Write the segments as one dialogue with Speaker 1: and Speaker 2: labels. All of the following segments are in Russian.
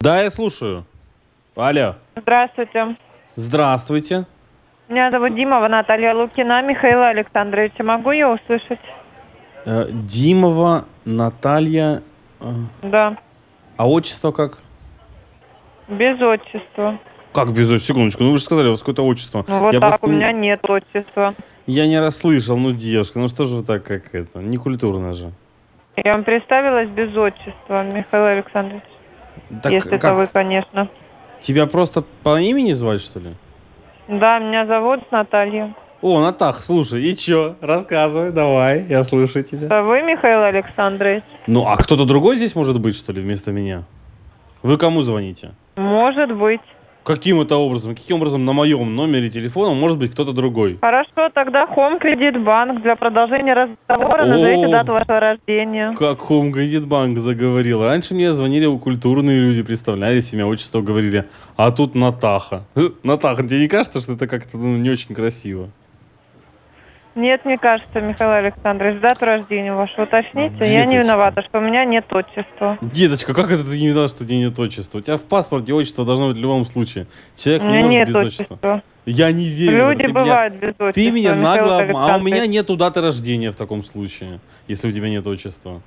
Speaker 1: Да, я слушаю. Алло.
Speaker 2: Здравствуйте.
Speaker 1: Здравствуйте.
Speaker 2: Меня зовут Димова Наталья Лукина. Михаила Александровича, могу я услышать?
Speaker 1: Э, Димова Наталья. э,
Speaker 2: Да.
Speaker 1: А отчество как?
Speaker 2: Без отчества.
Speaker 1: Как без отчества? Секундочку, ну вы же сказали, у вас какое-то отчество.
Speaker 2: Ну, вот
Speaker 1: Я
Speaker 2: так
Speaker 1: просто
Speaker 2: у
Speaker 1: не-
Speaker 2: меня нет отчества.
Speaker 1: Я не расслышал, ну девушка, ну что же вы так, как это, некультурно же.
Speaker 2: Я вам представилась без отчества, Михаил Александрович.
Speaker 1: Так
Speaker 2: если это
Speaker 1: как,
Speaker 2: вы, конечно.
Speaker 1: тебя просто по имени звать, что ли?
Speaker 2: Да, меня зовут Наталья.
Speaker 1: О, Натах, слушай, и чё? Рассказывай, давай, я слушаю тебя.
Speaker 2: Это вы, Михаил Александрович?
Speaker 1: Ну, а кто-то другой здесь может быть, что ли, вместо меня? Вы кому звоните?
Speaker 2: Может быть.
Speaker 1: Каким это образом? Каким образом на моем номере телефона может быть кто-то другой?
Speaker 2: Хорошо, тогда Хом Кредит Банк. Для продолжения разговора
Speaker 1: О.
Speaker 2: назовите дату вашего рождения.
Speaker 1: Как Home Credit Bank заговорил. Раньше мне звонили культурные люди, представлялись, имя, отчество говорили. А тут Натаха. Э, Натаха, тебе не кажется, что это как-то ну, не очень красиво?
Speaker 2: Нет, мне кажется, Михаил Александрович, дату рождения вашу уточните. Я не
Speaker 1: Деточка.
Speaker 2: виновата, что у меня нет отчества.
Speaker 1: Деточка, как это ты не видела, что у тебя нет отчества? У тебя в паспорте отчество должно быть в любом случае.
Speaker 2: У
Speaker 1: Человек не
Speaker 2: меня
Speaker 1: может
Speaker 2: нет
Speaker 1: без отчества.
Speaker 2: отчества.
Speaker 1: Я не верю. в это.
Speaker 2: Люди
Speaker 1: Ты меня-
Speaker 2: бывают без отчества.
Speaker 1: Ты меня
Speaker 2: Михаил
Speaker 1: нагло обма- А у
Speaker 2: Александрович.
Speaker 1: меня нету даты рождения в таком случае, если у тебя нет отчества.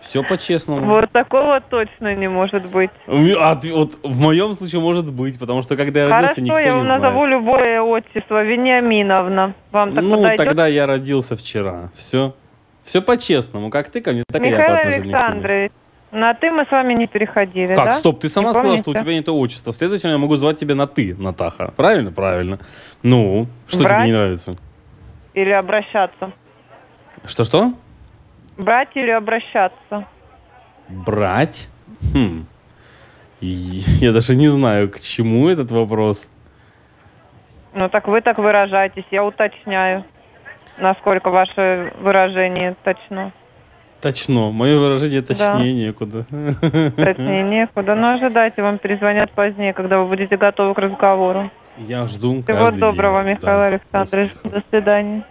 Speaker 1: Все по-честному.
Speaker 2: Вот такого точно не может быть.
Speaker 1: У меня- а ты- вот в моем случае может быть, потому что когда я родился,
Speaker 2: Хорошо,
Speaker 1: никто
Speaker 2: я
Speaker 1: не
Speaker 2: вам
Speaker 1: знает.
Speaker 2: назову любое отчество. Вениаминовна. Вам так
Speaker 1: ну,
Speaker 2: подойдет?
Speaker 1: тогда я родился вчера. Все. Все по-честному. Как ты ко мне, так и я
Speaker 2: Михаил
Speaker 1: по отношению к тебе.
Speaker 2: Александрович, на ты мы с вами не переходили,
Speaker 1: Так,
Speaker 2: да?
Speaker 1: стоп, ты сама
Speaker 2: Не
Speaker 1: сказала,
Speaker 2: помните?
Speaker 1: что у тебя не то отчество. Следовательно, я могу звать тебя на ты, Натаха. Правильно? Правильно. Ну, что тебе
Speaker 2: Брать?
Speaker 1: не нравится?
Speaker 2: Или обращаться?
Speaker 1: Что-что?
Speaker 2: Брать или обращаться?
Speaker 1: Брать? Хм. И- Я даже не знаю, к чему этот вопрос.
Speaker 2: Ну так вы так выражаетесь, я уточняю, насколько ваше выражение точно.
Speaker 1: Точно. Мое выражение
Speaker 2: Да.
Speaker 1: точнее некуда.
Speaker 2: Точнее некуда, но ожидайте, вам перезвонят позднее, когда вы будете готовы к разговору.
Speaker 1: Я жду
Speaker 2: Всего
Speaker 1: каждый день.
Speaker 2: доброго,
Speaker 1: Да,
Speaker 2: Михаил Александрович,
Speaker 1: успехов.
Speaker 2: до свидания.